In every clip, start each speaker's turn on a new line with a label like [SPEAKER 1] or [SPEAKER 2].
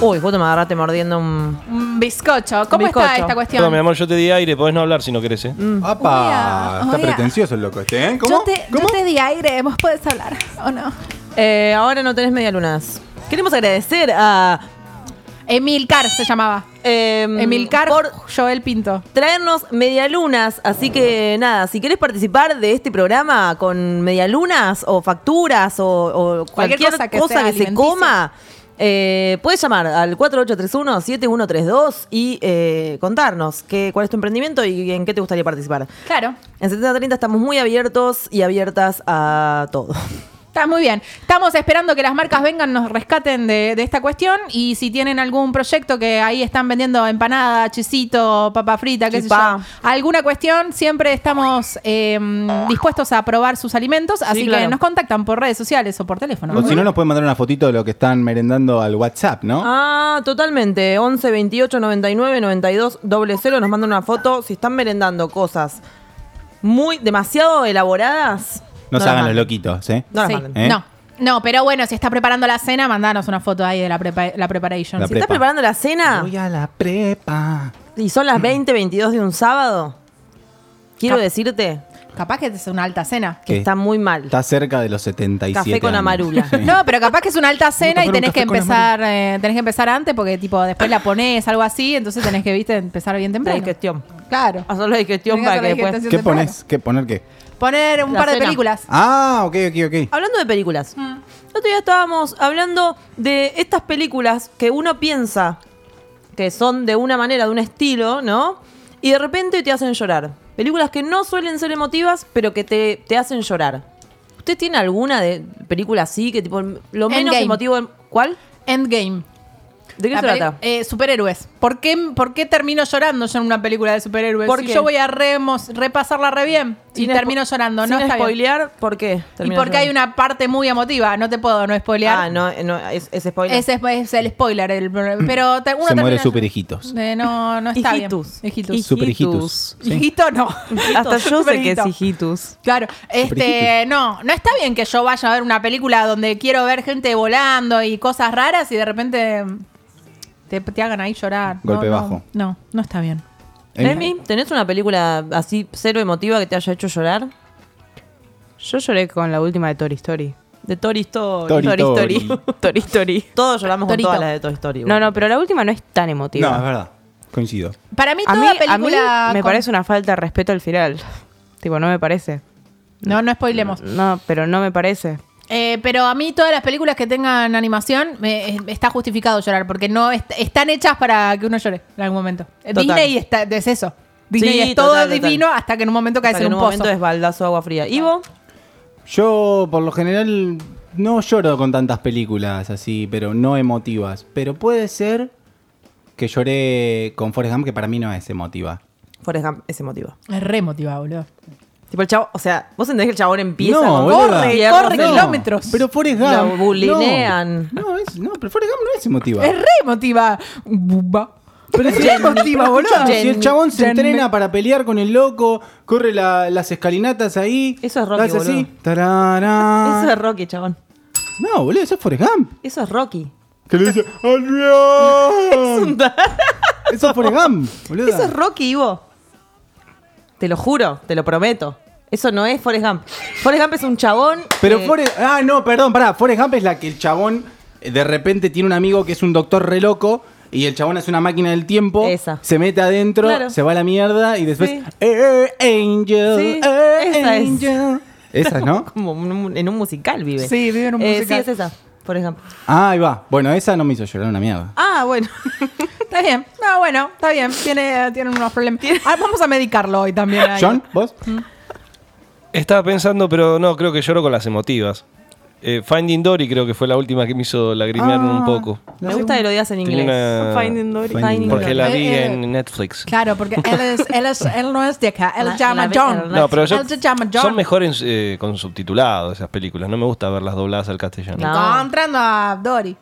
[SPEAKER 1] Uy, vos te me agarraste mordiendo un.
[SPEAKER 2] Un bizcocho. ¿Cómo está
[SPEAKER 1] bizcocho.
[SPEAKER 2] esta cuestión?
[SPEAKER 3] Perdón, mi amor, yo te di aire, podés no hablar si no querés, ¿eh?
[SPEAKER 2] Oiga,
[SPEAKER 4] ¡Apa! Está
[SPEAKER 2] oiga.
[SPEAKER 4] pretencioso el loco este, ¿eh? ¿Cómo?
[SPEAKER 2] Yo, te, yo
[SPEAKER 4] ¿Cómo?
[SPEAKER 2] te di aire, vos podés hablar, ¿o no?
[SPEAKER 1] Eh, ahora no tenés medialunas. Queremos agradecer a.
[SPEAKER 2] Emilcar se llamaba.
[SPEAKER 1] eh,
[SPEAKER 2] Mm, Emilcar
[SPEAKER 1] Por
[SPEAKER 2] Joel Pinto.
[SPEAKER 1] traernos medialunas. Así que nada, si quieres participar de este programa con medialunas o facturas o, o
[SPEAKER 2] Cualquier
[SPEAKER 1] cualquier, cosa
[SPEAKER 2] cosa que
[SPEAKER 1] que,
[SPEAKER 2] sea
[SPEAKER 1] se
[SPEAKER 2] alimenticia.
[SPEAKER 1] coma, eh, puedes llamar al 4831-7132 y eh, contarnos qué, cuál es tu emprendimiento y en qué te gustaría participar.
[SPEAKER 2] Claro.
[SPEAKER 1] En 7030 estamos muy abiertos y abiertas a todo.
[SPEAKER 2] Está muy bien. Estamos esperando que las marcas vengan, nos rescaten de, de esta cuestión. Y si tienen algún proyecto que ahí están vendiendo empanada, chisito, papa frita, qué
[SPEAKER 1] Chipá.
[SPEAKER 2] sé yo. Alguna cuestión, siempre estamos eh, dispuestos a probar sus alimentos. Así que
[SPEAKER 1] claro.
[SPEAKER 2] nos contactan por redes sociales o por teléfono.
[SPEAKER 4] O si no, nos pueden mandar una fotito de lo que están merendando al WhatsApp, ¿no?
[SPEAKER 1] Ah, totalmente. 11 28 99 92 00 nos mandan una foto. Si están merendando cosas muy demasiado elaboradas,
[SPEAKER 4] no se
[SPEAKER 1] las
[SPEAKER 4] hagan los
[SPEAKER 1] manden.
[SPEAKER 4] loquitos, ¿eh?
[SPEAKER 1] No las
[SPEAKER 2] Sí.
[SPEAKER 1] manden.
[SPEAKER 4] ¿Eh?
[SPEAKER 2] No. No, pero bueno, si está preparando la cena, mandanos una foto ahí de la, prepa- la preparation.
[SPEAKER 4] La
[SPEAKER 2] Sí.
[SPEAKER 1] Si estás
[SPEAKER 4] Prepa.
[SPEAKER 1] preparando la cena
[SPEAKER 4] Voy a la prepa.
[SPEAKER 1] y son las 20, 22 de un sábado, quiero
[SPEAKER 2] Cap-
[SPEAKER 1] decirte
[SPEAKER 2] Capaz que es una alta cena.
[SPEAKER 1] que
[SPEAKER 4] Ah. ¿Qué?
[SPEAKER 1] está muy mal.
[SPEAKER 4] Está cerca de los 77
[SPEAKER 1] Café con
[SPEAKER 4] años.
[SPEAKER 1] amarula.
[SPEAKER 4] Sí.
[SPEAKER 2] No, pero capaz que es una alta cena y
[SPEAKER 4] tomar un
[SPEAKER 2] tenés que
[SPEAKER 4] café con
[SPEAKER 2] empezar, eh, tenés que empezar antes porque tipo después la ponés, algo así, entonces tenés que, viste, empezar bien
[SPEAKER 1] La
[SPEAKER 2] temprano.
[SPEAKER 1] digestión.
[SPEAKER 2] Claro.
[SPEAKER 1] Hacer la digestión
[SPEAKER 2] Tenés
[SPEAKER 1] para que
[SPEAKER 2] hacer la
[SPEAKER 1] después.
[SPEAKER 2] digestión
[SPEAKER 4] ¿Qué
[SPEAKER 2] temprano.
[SPEAKER 4] pones? ¿Qué poner qué?
[SPEAKER 2] Poner un
[SPEAKER 1] La
[SPEAKER 2] par de
[SPEAKER 1] cena.
[SPEAKER 2] películas.
[SPEAKER 4] Ah, ok, ok, ok.
[SPEAKER 1] Hablando de películas.
[SPEAKER 2] Mm.
[SPEAKER 1] El otro día estábamos hablando de estas películas que uno piensa que son de una manera, de un estilo, ¿no? Y de repente te hacen llorar. Películas que no suelen ser emotivas, pero que te, te hacen llorar. ¿Usted tiene alguna de película así que tipo lo menos
[SPEAKER 2] Endgame.
[SPEAKER 1] emotivo? en- ¿Cuál?
[SPEAKER 2] Endgame.
[SPEAKER 1] ¿De qué
[SPEAKER 2] La
[SPEAKER 1] se
[SPEAKER 2] peli-
[SPEAKER 1] trata?
[SPEAKER 2] eh, superhéroes. ¿Por qué, ¿Por qué termino llorando yo en una película de superhéroes?
[SPEAKER 1] ¿Por
[SPEAKER 2] si
[SPEAKER 1] qué?
[SPEAKER 2] yo voy a remos- repasarla re bien y
[SPEAKER 1] Sin
[SPEAKER 2] termino
[SPEAKER 1] espo-
[SPEAKER 2] llorando, no
[SPEAKER 1] sin
[SPEAKER 2] está bien.
[SPEAKER 1] spoilear, ¿por qué?
[SPEAKER 2] Y
[SPEAKER 1] terminas
[SPEAKER 2] porque hay
[SPEAKER 1] llorando?
[SPEAKER 2] una parte muy emotiva, no te puedo no spoilear.
[SPEAKER 1] Ah, no, eh, no, es, es spoiler.
[SPEAKER 2] Ese es, es el spoiler, el, pero te- uno
[SPEAKER 4] Se muere
[SPEAKER 2] termina-
[SPEAKER 4] super hijitos.
[SPEAKER 2] Eh, no, no está
[SPEAKER 1] Hijitus.
[SPEAKER 2] bien. Hijitus.
[SPEAKER 4] Super hijitos. ¿sí?
[SPEAKER 2] Hijito no.
[SPEAKER 1] Hasta yo sé que es
[SPEAKER 2] Superhijito.
[SPEAKER 1] hijitus.
[SPEAKER 2] Claro, este,
[SPEAKER 4] hijitus.
[SPEAKER 2] no, no está bien que yo vaya a ver una película donde quiero ver gente volando y cosas raras y de repente te, te hagan ahí llorar. No,
[SPEAKER 4] Golpe
[SPEAKER 2] no,
[SPEAKER 4] bajo.
[SPEAKER 2] No, no, está bien.
[SPEAKER 4] ¿Eh?
[SPEAKER 1] Emi, ¿tenés una película así cero emotiva que te haya hecho llorar?
[SPEAKER 5] Yo lloré con la última de Toy Story.
[SPEAKER 1] De Toy Story.
[SPEAKER 4] Tori,
[SPEAKER 5] Story.
[SPEAKER 4] Tori.
[SPEAKER 5] Toy Story.
[SPEAKER 1] Todos lloramos
[SPEAKER 2] Torito.
[SPEAKER 1] con todas las de Toy Story.
[SPEAKER 5] No, no, pero la última no es tan emotiva.
[SPEAKER 4] No, es verdad. Coincido.
[SPEAKER 2] Para mí
[SPEAKER 5] a
[SPEAKER 2] toda
[SPEAKER 5] mí,
[SPEAKER 2] película
[SPEAKER 5] a mí me
[SPEAKER 2] con-
[SPEAKER 5] parece una falta de respeto al final. tipo, no me parece.
[SPEAKER 2] No, no spoilemos.
[SPEAKER 5] No, pero no me parece.
[SPEAKER 2] Eh, pero a mí todas las películas que tengan animación me- eh, está justificado llorar porque no est- están hechas para que uno llore en algún momento. Eh,
[SPEAKER 1] Total.
[SPEAKER 2] Disney está, es eso. Disney
[SPEAKER 1] Sí,
[SPEAKER 2] es todo
[SPEAKER 1] total, total.
[SPEAKER 2] divino hasta que en un momento caes
[SPEAKER 1] Hasta que
[SPEAKER 2] en
[SPEAKER 1] en
[SPEAKER 2] un,
[SPEAKER 1] un
[SPEAKER 2] pozo.
[SPEAKER 1] momento es baldazo de agua fría. Ivo,
[SPEAKER 4] Yo, por lo general, no lloro con tantas películas así, pero no emotivas. Pero puede ser que lloré con Forrest Gump, que para mí no es emotiva.
[SPEAKER 1] Forrest Gump es emotivo.
[SPEAKER 2] Es re motivado, boludo.
[SPEAKER 1] Tipo el chavo, o sea, vos entendés que el chabón empieza
[SPEAKER 4] no,
[SPEAKER 1] con
[SPEAKER 4] boluda.
[SPEAKER 1] corre, y corre
[SPEAKER 4] No,
[SPEAKER 2] kilómetros.
[SPEAKER 4] Pero Forrest Gump.
[SPEAKER 1] Lo
[SPEAKER 4] no.
[SPEAKER 1] bulinean.
[SPEAKER 4] No, es- no, pero Forrest Gump no es emotiva.
[SPEAKER 2] Es re emotiva. Bumba.
[SPEAKER 4] Pero si,
[SPEAKER 2] emotiva, boludo.
[SPEAKER 4] Escuchame, si el chabón se
[SPEAKER 2] Jen-
[SPEAKER 4] entrena para pelear con el loco, corre la- las escalinatas ahí.
[SPEAKER 1] Eso es Rocky,
[SPEAKER 4] hace así.
[SPEAKER 1] boludo.
[SPEAKER 4] tarará.
[SPEAKER 1] Eso es Rocky, chabón.
[SPEAKER 4] No, boludo, eso es Forrest Gump.
[SPEAKER 1] Eso es Rocky.
[SPEAKER 4] Que le dice, ¡Adrián! Eso es Forrest Gump, boluda.
[SPEAKER 1] Eso es Rocky, Ivo. Te lo juro, te lo prometo. Eso no es Forrest Gump. Forrest Gump es un chabón. eh,
[SPEAKER 4] Pero
[SPEAKER 1] que-
[SPEAKER 4] Forrest... Ah, no, perdón, pará. Forrest Gump es la que el chabón eh, de repente tiene un amigo que es un doctor re loco y el chabón es una máquina del tiempo,
[SPEAKER 1] Esa.
[SPEAKER 4] se mete adentro,
[SPEAKER 1] Claro.
[SPEAKER 4] se va a la mierda y después...
[SPEAKER 1] Sí.
[SPEAKER 4] "Eh, angel,
[SPEAKER 1] Sí,
[SPEAKER 4] eh,
[SPEAKER 1] esa es.
[SPEAKER 4] angel". Esa es, ¿no?
[SPEAKER 1] Como en un, en un musical vive.
[SPEAKER 2] Sí, vive en un
[SPEAKER 1] Eh,
[SPEAKER 2] musical.
[SPEAKER 1] sí, es esa, Forrest Gump.
[SPEAKER 4] Ah, ahí va. Bueno, esa no me hizo llorar una mierda.
[SPEAKER 1] Ah, bueno.
[SPEAKER 2] Está bien. No, bueno, está bien. Tiene, tiene unos problemas. Ah, vamos a medicarlo hoy también.
[SPEAKER 1] Ah,
[SPEAKER 2] ahí.
[SPEAKER 4] ¿John? ¿Vos?
[SPEAKER 3] Mm. Estaba pensando, pero no, creo que lloro con las emotivas. Eh, Finding Dory creo que fue la última que me hizo lagrimear un poco.
[SPEAKER 1] Me gusta que lo digas en
[SPEAKER 3] Tenía
[SPEAKER 1] inglés.
[SPEAKER 3] una- Finding
[SPEAKER 4] Dory.
[SPEAKER 1] Finding
[SPEAKER 3] Porque
[SPEAKER 1] Dory.
[SPEAKER 3] la vi
[SPEAKER 2] Eh, eh.
[SPEAKER 3] en Netflix.
[SPEAKER 2] Claro, porque él, es, él, es- él no es de acá. Él
[SPEAKER 1] La-
[SPEAKER 2] se llama
[SPEAKER 1] la ve-
[SPEAKER 2] John.
[SPEAKER 1] el-
[SPEAKER 3] No, pero yo,
[SPEAKER 2] él se llama John.
[SPEAKER 3] son mejores eh, con subtitulado esas películas. No me gusta verlas dobladas al castellano.
[SPEAKER 1] No.
[SPEAKER 2] Encontrando a Dory.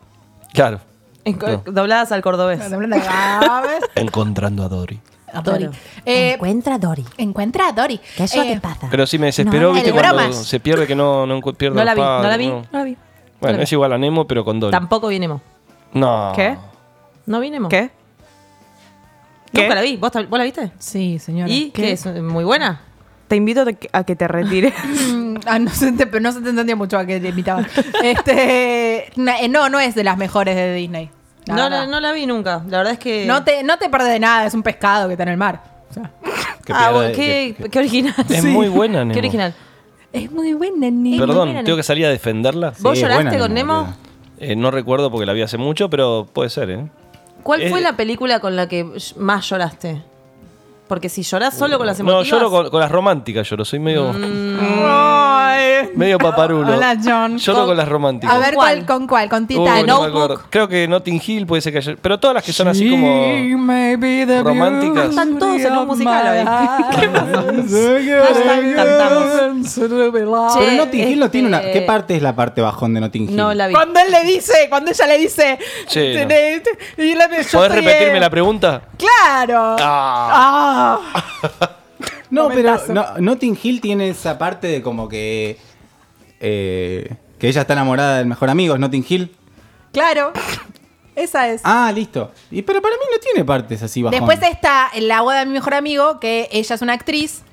[SPEAKER 3] Claro.
[SPEAKER 1] En co-
[SPEAKER 3] No.
[SPEAKER 1] Dobladas al cordobés.
[SPEAKER 2] Encontrando a- ¿ves?
[SPEAKER 3] Encontrando a Dory.
[SPEAKER 2] A Dory. Eh,
[SPEAKER 1] Encuentra a Dory.
[SPEAKER 2] encuentra a Dory.
[SPEAKER 1] ¿Qué es lo
[SPEAKER 2] Eh,
[SPEAKER 1] que pasa?
[SPEAKER 3] Pero sí me desesperó,
[SPEAKER 2] No,
[SPEAKER 3] viste,
[SPEAKER 2] el
[SPEAKER 3] cuando
[SPEAKER 2] bromas.
[SPEAKER 3] se pierde que no, no encu- pierde
[SPEAKER 1] No la
[SPEAKER 3] los
[SPEAKER 1] vi, no la
[SPEAKER 3] padres,
[SPEAKER 1] vi,
[SPEAKER 3] no.
[SPEAKER 1] no la vi.
[SPEAKER 3] Bueno, es igual a Nemo, pero con Dory.
[SPEAKER 1] Tampoco vi Nemo.
[SPEAKER 3] No.
[SPEAKER 5] ¿Qué?
[SPEAKER 1] ¿No vinimos?
[SPEAKER 5] ¿Qué?
[SPEAKER 1] Nunca
[SPEAKER 5] ¿Qué?
[SPEAKER 1] la vi. ¿Vos, ta- vos la viste?
[SPEAKER 2] Sí, señora.
[SPEAKER 1] ¿Y qué? ¿Es muy buena?
[SPEAKER 5] Te invito de- a que te retires.
[SPEAKER 2] Mm, ah, no, se te, no se te entendía mucho a qué te invitaban. este, na- eh, no, no es de las mejores de Disney. la
[SPEAKER 1] No,
[SPEAKER 2] verdad.
[SPEAKER 1] la- no eh. la vi nunca. La verdad es que...
[SPEAKER 2] No te, no te perdés de nada, es un pescado que está en el mar. O sea,
[SPEAKER 4] Que
[SPEAKER 1] ah,
[SPEAKER 4] pierda-
[SPEAKER 1] bueno,
[SPEAKER 4] que-
[SPEAKER 1] qué, qué original.
[SPEAKER 3] Es muy buena, Nemo.
[SPEAKER 1] Qué original.
[SPEAKER 2] es muy buena, ni.
[SPEAKER 3] Perdón,
[SPEAKER 1] Nemo.
[SPEAKER 3] ¿tengo que salir a defenderla?
[SPEAKER 1] ¿Vos
[SPEAKER 4] Sí, es
[SPEAKER 1] lloraste
[SPEAKER 4] buena,
[SPEAKER 1] con
[SPEAKER 4] Nemo,
[SPEAKER 1] Nemo?
[SPEAKER 4] boludo.
[SPEAKER 3] Eh, no recuerdo porque la vi hace mucho, pero puede ser, ¿eh?
[SPEAKER 1] ¿Cuál fue
[SPEAKER 3] Eh,
[SPEAKER 1] la película con la que más lloraste? Porque si llorás solo con las
[SPEAKER 3] No,
[SPEAKER 1] emotivas...
[SPEAKER 3] lloro con, con las románticas, lloro. Soy medio, medio paparulo.
[SPEAKER 2] Mm. Hola, John.
[SPEAKER 3] Lloro con,
[SPEAKER 1] Con-
[SPEAKER 3] las románticas.
[SPEAKER 2] A ver,
[SPEAKER 1] ¿Cuál?
[SPEAKER 2] ¿cuál? ¿con cuál? ¿Con
[SPEAKER 3] Uy,
[SPEAKER 2] Titanic?
[SPEAKER 3] no me acuerdo. Creo que Notting Hill puede ser que haya... Pero todas las que son así como... románticas.
[SPEAKER 1] Están todos en un musical hoy.
[SPEAKER 2] ¿Qué
[SPEAKER 1] Hashtag cantamos.
[SPEAKER 4] Pero
[SPEAKER 1] Che,
[SPEAKER 4] Notting Hill no tiene una.
[SPEAKER 1] este-
[SPEAKER 4] ¿Qué parte es la parte bajón de Notting Hill?
[SPEAKER 1] No la vi.
[SPEAKER 2] Cuando él le dice, cuando ella le dice.
[SPEAKER 3] Sí, no.
[SPEAKER 2] "Tenés- y la- yo eh,
[SPEAKER 3] ¿Podés
[SPEAKER 2] soy
[SPEAKER 3] repetirme
[SPEAKER 2] él".
[SPEAKER 3] la pregunta?
[SPEAKER 2] Claro.
[SPEAKER 3] Ah.
[SPEAKER 2] Ah.
[SPEAKER 4] No, pero
[SPEAKER 2] Momentazo.
[SPEAKER 4] no- Notting Hill tiene esa parte de como que. eh, que ella está enamorada del mejor amigo, es Notting Hill.
[SPEAKER 2] Claro. Esa es.
[SPEAKER 4] Ah, listo. Y pero para mí no tiene partes así bajón.
[SPEAKER 2] Después está la boda de mi mejor amigo, que ella es una actriz.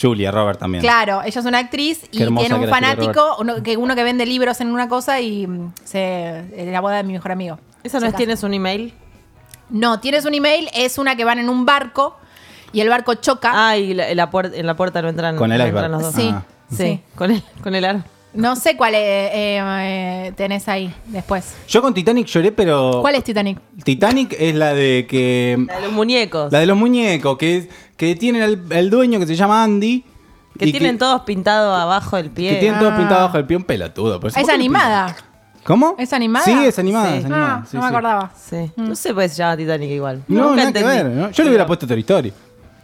[SPEAKER 4] Julia Robert también.
[SPEAKER 2] Claro, ella es una actriz y
[SPEAKER 4] Qué hermosa
[SPEAKER 2] tiene un
[SPEAKER 4] que era Julia
[SPEAKER 2] fanático, uno que, uno que vende libros en una cosa y mm, se, en la boda de mi mejor amigo.
[SPEAKER 1] ¿Esa
[SPEAKER 2] Se
[SPEAKER 1] no es
[SPEAKER 2] casa.
[SPEAKER 1] tienes un email?
[SPEAKER 2] No, tienes un email, es una que van en un barco y el barco choca.
[SPEAKER 1] Ah, y la, en la puer- en la puerta no entran,
[SPEAKER 4] Con el
[SPEAKER 1] no
[SPEAKER 4] iceberg.
[SPEAKER 1] entran los dos.
[SPEAKER 2] sí,
[SPEAKER 4] ah.
[SPEAKER 1] Sí,
[SPEAKER 2] sí.
[SPEAKER 1] Con, el, con el aro.
[SPEAKER 2] No sé cuál eh, eh, eh, tenés ahí después.
[SPEAKER 4] Yo con Titanic lloré, Oh. pero.
[SPEAKER 2] ¿Cuál es Titanic?
[SPEAKER 4] Titanic es la de que.
[SPEAKER 1] La de los muñecos.
[SPEAKER 4] La de los muñecos, que, que tienen el, dueño que se llama Andy.
[SPEAKER 1] que
[SPEAKER 4] y
[SPEAKER 1] tienen todos pintado abajo del pie.
[SPEAKER 4] Que tienen todos
[SPEAKER 2] Ah.
[SPEAKER 4] pintados bajo el pie un pelotudo. por eso-
[SPEAKER 2] Es
[SPEAKER 4] ¿por qué
[SPEAKER 2] animada.
[SPEAKER 4] ¿Cómo?
[SPEAKER 2] ¿Es animada?
[SPEAKER 4] Sí, es animada.
[SPEAKER 1] Sí.
[SPEAKER 4] es animada,
[SPEAKER 2] Ah,
[SPEAKER 4] sí,
[SPEAKER 2] no me
[SPEAKER 4] sí.
[SPEAKER 2] acordaba.
[SPEAKER 1] Sí. No sé por qué se llama Titanic igual.
[SPEAKER 4] No,
[SPEAKER 1] Nunca
[SPEAKER 4] nada que
[SPEAKER 1] entendí.
[SPEAKER 4] ver, ¿no? Yo le hubiera puesto Toy Story.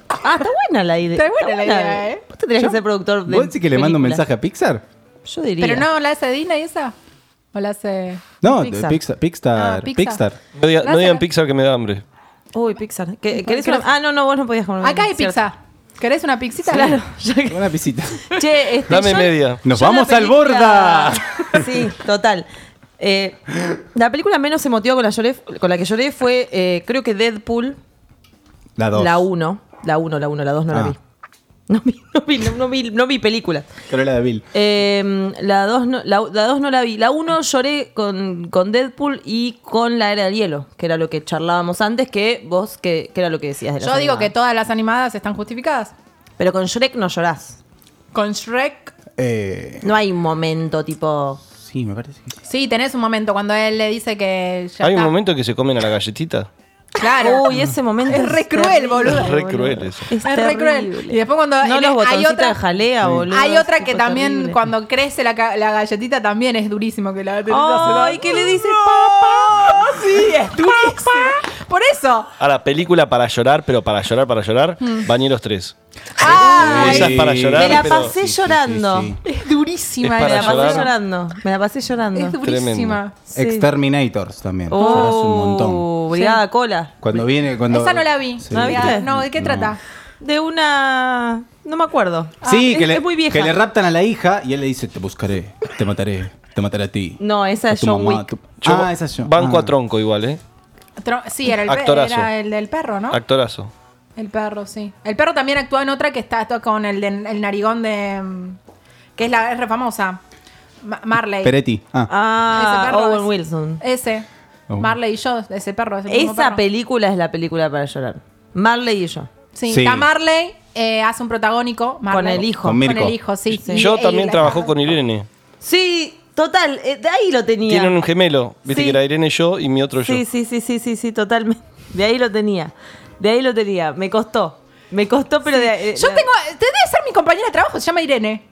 [SPEAKER 1] Ah, está buena la idea.
[SPEAKER 2] Está buena la idea, ¿eh?
[SPEAKER 1] Vos tendrías
[SPEAKER 4] Yo-
[SPEAKER 1] que ser productor de
[SPEAKER 4] ¿Vos decís que le mando un
[SPEAKER 1] películas.
[SPEAKER 4] mensaje a Pixar?
[SPEAKER 1] Yo diría.
[SPEAKER 2] Pero no, ¿la hace Disney esa? ¿O la hace...?
[SPEAKER 4] No, de
[SPEAKER 1] Pixar.
[SPEAKER 4] Pixar. Pixar. Pixar.
[SPEAKER 2] Ah, Pixar.
[SPEAKER 3] No, diga- no
[SPEAKER 2] Lázaro.
[SPEAKER 3] digan Pixar que me da hambre.
[SPEAKER 1] Uy, Pixar. ¿Qué- ¿Querés
[SPEAKER 2] creo-
[SPEAKER 1] una- Ah, no, no, vos no podías comer.
[SPEAKER 2] Acá hay
[SPEAKER 1] Cierto.
[SPEAKER 2] pizza. ¿Querés una pixita?
[SPEAKER 1] Claro. ya que-
[SPEAKER 4] Una pisita.
[SPEAKER 1] Che, este,
[SPEAKER 3] Dame
[SPEAKER 1] yo-
[SPEAKER 3] media.
[SPEAKER 4] Nos
[SPEAKER 1] yo la
[SPEAKER 4] vamos al borda.
[SPEAKER 1] Sí, total. Eh, la película menos emotiva con la, lloré- con la que lloré fue, eh, creo que Deadpool,
[SPEAKER 4] La dos.
[SPEAKER 1] la 1. La 1, la 1, la 2 no la
[SPEAKER 4] Ah.
[SPEAKER 1] vi. No vi, no vi, no, no vi, no vi películas.
[SPEAKER 4] Creo la de Bill.
[SPEAKER 1] Eh, la 2 no, la, la dos no la vi. La 1 lloré con, con Deadpool y con la era del hielo, que era lo que charlábamos antes, que vos, que, que era lo que decías de las
[SPEAKER 2] Yo digo que
[SPEAKER 1] animadas.
[SPEAKER 2] todas las animadas están justificadas.
[SPEAKER 1] Pero con Shrek no llorás.
[SPEAKER 2] Con Shrek...
[SPEAKER 4] Eh,
[SPEAKER 1] No hay un momento tipo...
[SPEAKER 4] sí, me parece que sí.
[SPEAKER 2] Sí, tenés un momento cuando él le dice que ya
[SPEAKER 3] Hay
[SPEAKER 2] está.
[SPEAKER 3] un momento que se comen a la galletita.
[SPEAKER 2] Claro.
[SPEAKER 1] Uy, ese momento.
[SPEAKER 2] Es re cruel,
[SPEAKER 1] terrible,
[SPEAKER 2] boludo.
[SPEAKER 3] Es re cruel eso.
[SPEAKER 1] Es,
[SPEAKER 2] Es re cruel.
[SPEAKER 1] terrible.
[SPEAKER 2] Y después cuando-
[SPEAKER 1] No
[SPEAKER 2] en- e-
[SPEAKER 1] los
[SPEAKER 2] hay
[SPEAKER 1] botoncitos
[SPEAKER 2] otra-
[SPEAKER 1] de jalea, boludo.
[SPEAKER 2] Hay
[SPEAKER 1] es
[SPEAKER 2] otra que
[SPEAKER 1] tipo
[SPEAKER 2] también
[SPEAKER 1] terrible.
[SPEAKER 2] cuando crece la, ca- la galletita también es durísimo que la galletita
[SPEAKER 1] Ay, que le dice
[SPEAKER 2] papá. Sí, es durísimo. Por eso.
[SPEAKER 3] Ahora, película para llorar, pero para llorar, para llorar,
[SPEAKER 2] Mm.
[SPEAKER 3] Bañeros 3.
[SPEAKER 2] Ay,
[SPEAKER 3] Esa es para llorar,
[SPEAKER 1] Me la
[SPEAKER 3] pero-
[SPEAKER 1] pasé llorando.
[SPEAKER 2] es durísima.
[SPEAKER 3] Es
[SPEAKER 1] Me
[SPEAKER 3] para
[SPEAKER 1] la pasé
[SPEAKER 3] llorar.
[SPEAKER 1] llorando. Me la pasé
[SPEAKER 2] Es
[SPEAKER 1] llorando.
[SPEAKER 2] durísima.
[SPEAKER 3] Tremendo.
[SPEAKER 1] Sí.
[SPEAKER 4] Exterminators también. Lloras un montón.
[SPEAKER 1] Oh, Brigada Cola.
[SPEAKER 4] Cuando viene. Cuando...
[SPEAKER 2] Esa no la vi.
[SPEAKER 4] Sí.
[SPEAKER 1] ¿No la viste?
[SPEAKER 2] No, ¿de qué
[SPEAKER 4] No.
[SPEAKER 2] trata?
[SPEAKER 1] De una. No me acuerdo.
[SPEAKER 4] Sí,
[SPEAKER 1] Ah,
[SPEAKER 4] que,
[SPEAKER 1] es,
[SPEAKER 4] le,
[SPEAKER 1] es muy vieja.
[SPEAKER 4] que le raptan a la hija y él le dice: Te buscaré, te mataré, te mataré a ti.
[SPEAKER 1] No, esa
[SPEAKER 4] a
[SPEAKER 1] es
[SPEAKER 4] tu
[SPEAKER 1] John
[SPEAKER 4] mamá,
[SPEAKER 1] Wick.
[SPEAKER 4] tu-
[SPEAKER 3] Yo
[SPEAKER 4] ah, esa es yo.
[SPEAKER 3] Banco
[SPEAKER 4] Ah.
[SPEAKER 3] a tronco igual, ¿eh?
[SPEAKER 2] Tro- sí, era el, pe-
[SPEAKER 3] Actorazo.
[SPEAKER 2] era el del perro, ¿no?
[SPEAKER 3] Actorazo.
[SPEAKER 2] el perro, sí. El perro también actúa en otra que está actúa con el, de- el narigón de. mm, que es la es re famosa. Ma- Marley.
[SPEAKER 4] Peretti. Ah.
[SPEAKER 1] Ah,
[SPEAKER 2] Ese perro
[SPEAKER 1] Owen
[SPEAKER 2] es-
[SPEAKER 1] Wilson.
[SPEAKER 2] Ese.
[SPEAKER 4] Oh.
[SPEAKER 2] Marley y yo, ese perro. Ese mismo
[SPEAKER 1] Esa
[SPEAKER 2] perro.
[SPEAKER 1] película es la película para llorar. Marley y yo.
[SPEAKER 2] Sí,
[SPEAKER 4] Sí.
[SPEAKER 2] está Marley, eh, hace un protagónico. Marley.
[SPEAKER 1] Con el hijo.
[SPEAKER 4] Con Mirko.
[SPEAKER 2] Con el hijo, sí. Y-
[SPEAKER 3] Yo
[SPEAKER 2] y-
[SPEAKER 3] también
[SPEAKER 2] y-
[SPEAKER 3] trabajó con Irene.
[SPEAKER 1] Sí, total. eh, de ahí lo tenía.
[SPEAKER 3] Tienen un gemelo. Viste
[SPEAKER 1] Sí.
[SPEAKER 3] que era Irene yo y mi otro yo.
[SPEAKER 1] Sí, sí, sí, sí, sí, sí, totalmente. De ahí lo tenía. De ahí lo tenía. Me costó. Me costó, pero de- eh,
[SPEAKER 2] Yo
[SPEAKER 1] la-
[SPEAKER 2] tengo. te Debe ser mi compañera de trabajo, se llama Irene.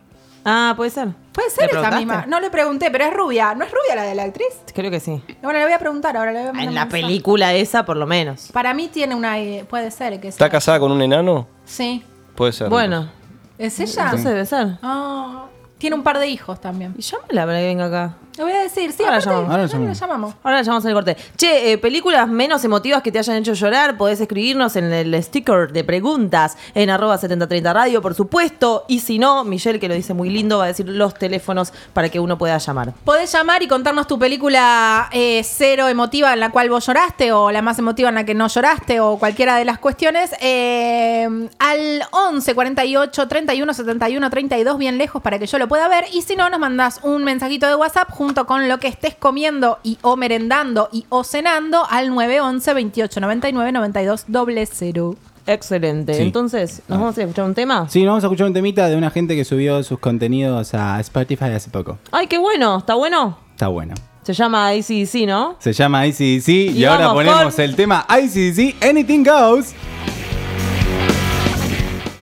[SPEAKER 1] Ah, puede ser.
[SPEAKER 2] Puede ser
[SPEAKER 1] ¿Le
[SPEAKER 2] esa
[SPEAKER 1] preguntaste?
[SPEAKER 2] misma. No le pregunté, pero es rubia. ¿No Ah, es rubia la de la actriz?
[SPEAKER 1] Creo que sí.
[SPEAKER 2] Bueno, le voy a preguntar ahora. Le voy a mandar
[SPEAKER 1] En
[SPEAKER 2] un
[SPEAKER 1] la
[SPEAKER 2] mensaje.
[SPEAKER 1] película esa, por lo menos.
[SPEAKER 2] Para mí tiene una. eh, Puede ser que sea.
[SPEAKER 3] ¿Está casada con un enano?
[SPEAKER 2] Sí.
[SPEAKER 3] Puede ser.
[SPEAKER 1] Bueno,
[SPEAKER 2] ¿Es ella?
[SPEAKER 1] entonces debe ser.
[SPEAKER 2] Ah, tiene un par de hijos también.
[SPEAKER 1] Y llámala para que venga acá.
[SPEAKER 2] Lo voy a decir, sí,
[SPEAKER 1] Ahora
[SPEAKER 2] aparte,
[SPEAKER 1] llamamos.
[SPEAKER 4] Ahora
[SPEAKER 2] ya
[SPEAKER 4] llamamos.
[SPEAKER 2] lo llamamos.
[SPEAKER 1] Ahora la llamamos al corte. Che, eh, películas menos emotivas que te hayan hecho llorar, podés escribirnos en el sticker de preguntas en arroba 7030 radio, por supuesto. Y si no, Michelle, que lo dice muy lindo, va a decir los teléfonos para que uno pueda llamar.
[SPEAKER 2] Podés llamar y contarnos tu película eh, cero emotiva en la cual vos lloraste o la más emotiva en la que no lloraste o cualquiera de las cuestiones eh, al 11 48 31 71 32 bien lejos para que yo lo pueda ver y si no nos mandás un mensajito de WhatsApp junto con lo que estés comiendo y o merendando y o cenando al 911 28 99 92 00.
[SPEAKER 1] Excelente.
[SPEAKER 4] Sí. Ah.
[SPEAKER 1] Entonces, ¿nos vamos a ir a escuchar un tema?
[SPEAKER 4] Sí, vamos a escuchar un temita de una gente que subió sus contenidos a Spotify hace poco.
[SPEAKER 1] Ay, qué bueno. ¿Está bueno?
[SPEAKER 4] Está bueno.
[SPEAKER 1] Se llama ICDC, ¿no?
[SPEAKER 4] Se llama ICDC y,
[SPEAKER 1] Y
[SPEAKER 4] ahora
[SPEAKER 1] vamos
[SPEAKER 4] ponemos
[SPEAKER 1] con-
[SPEAKER 4] el tema ICDC Anything Goes.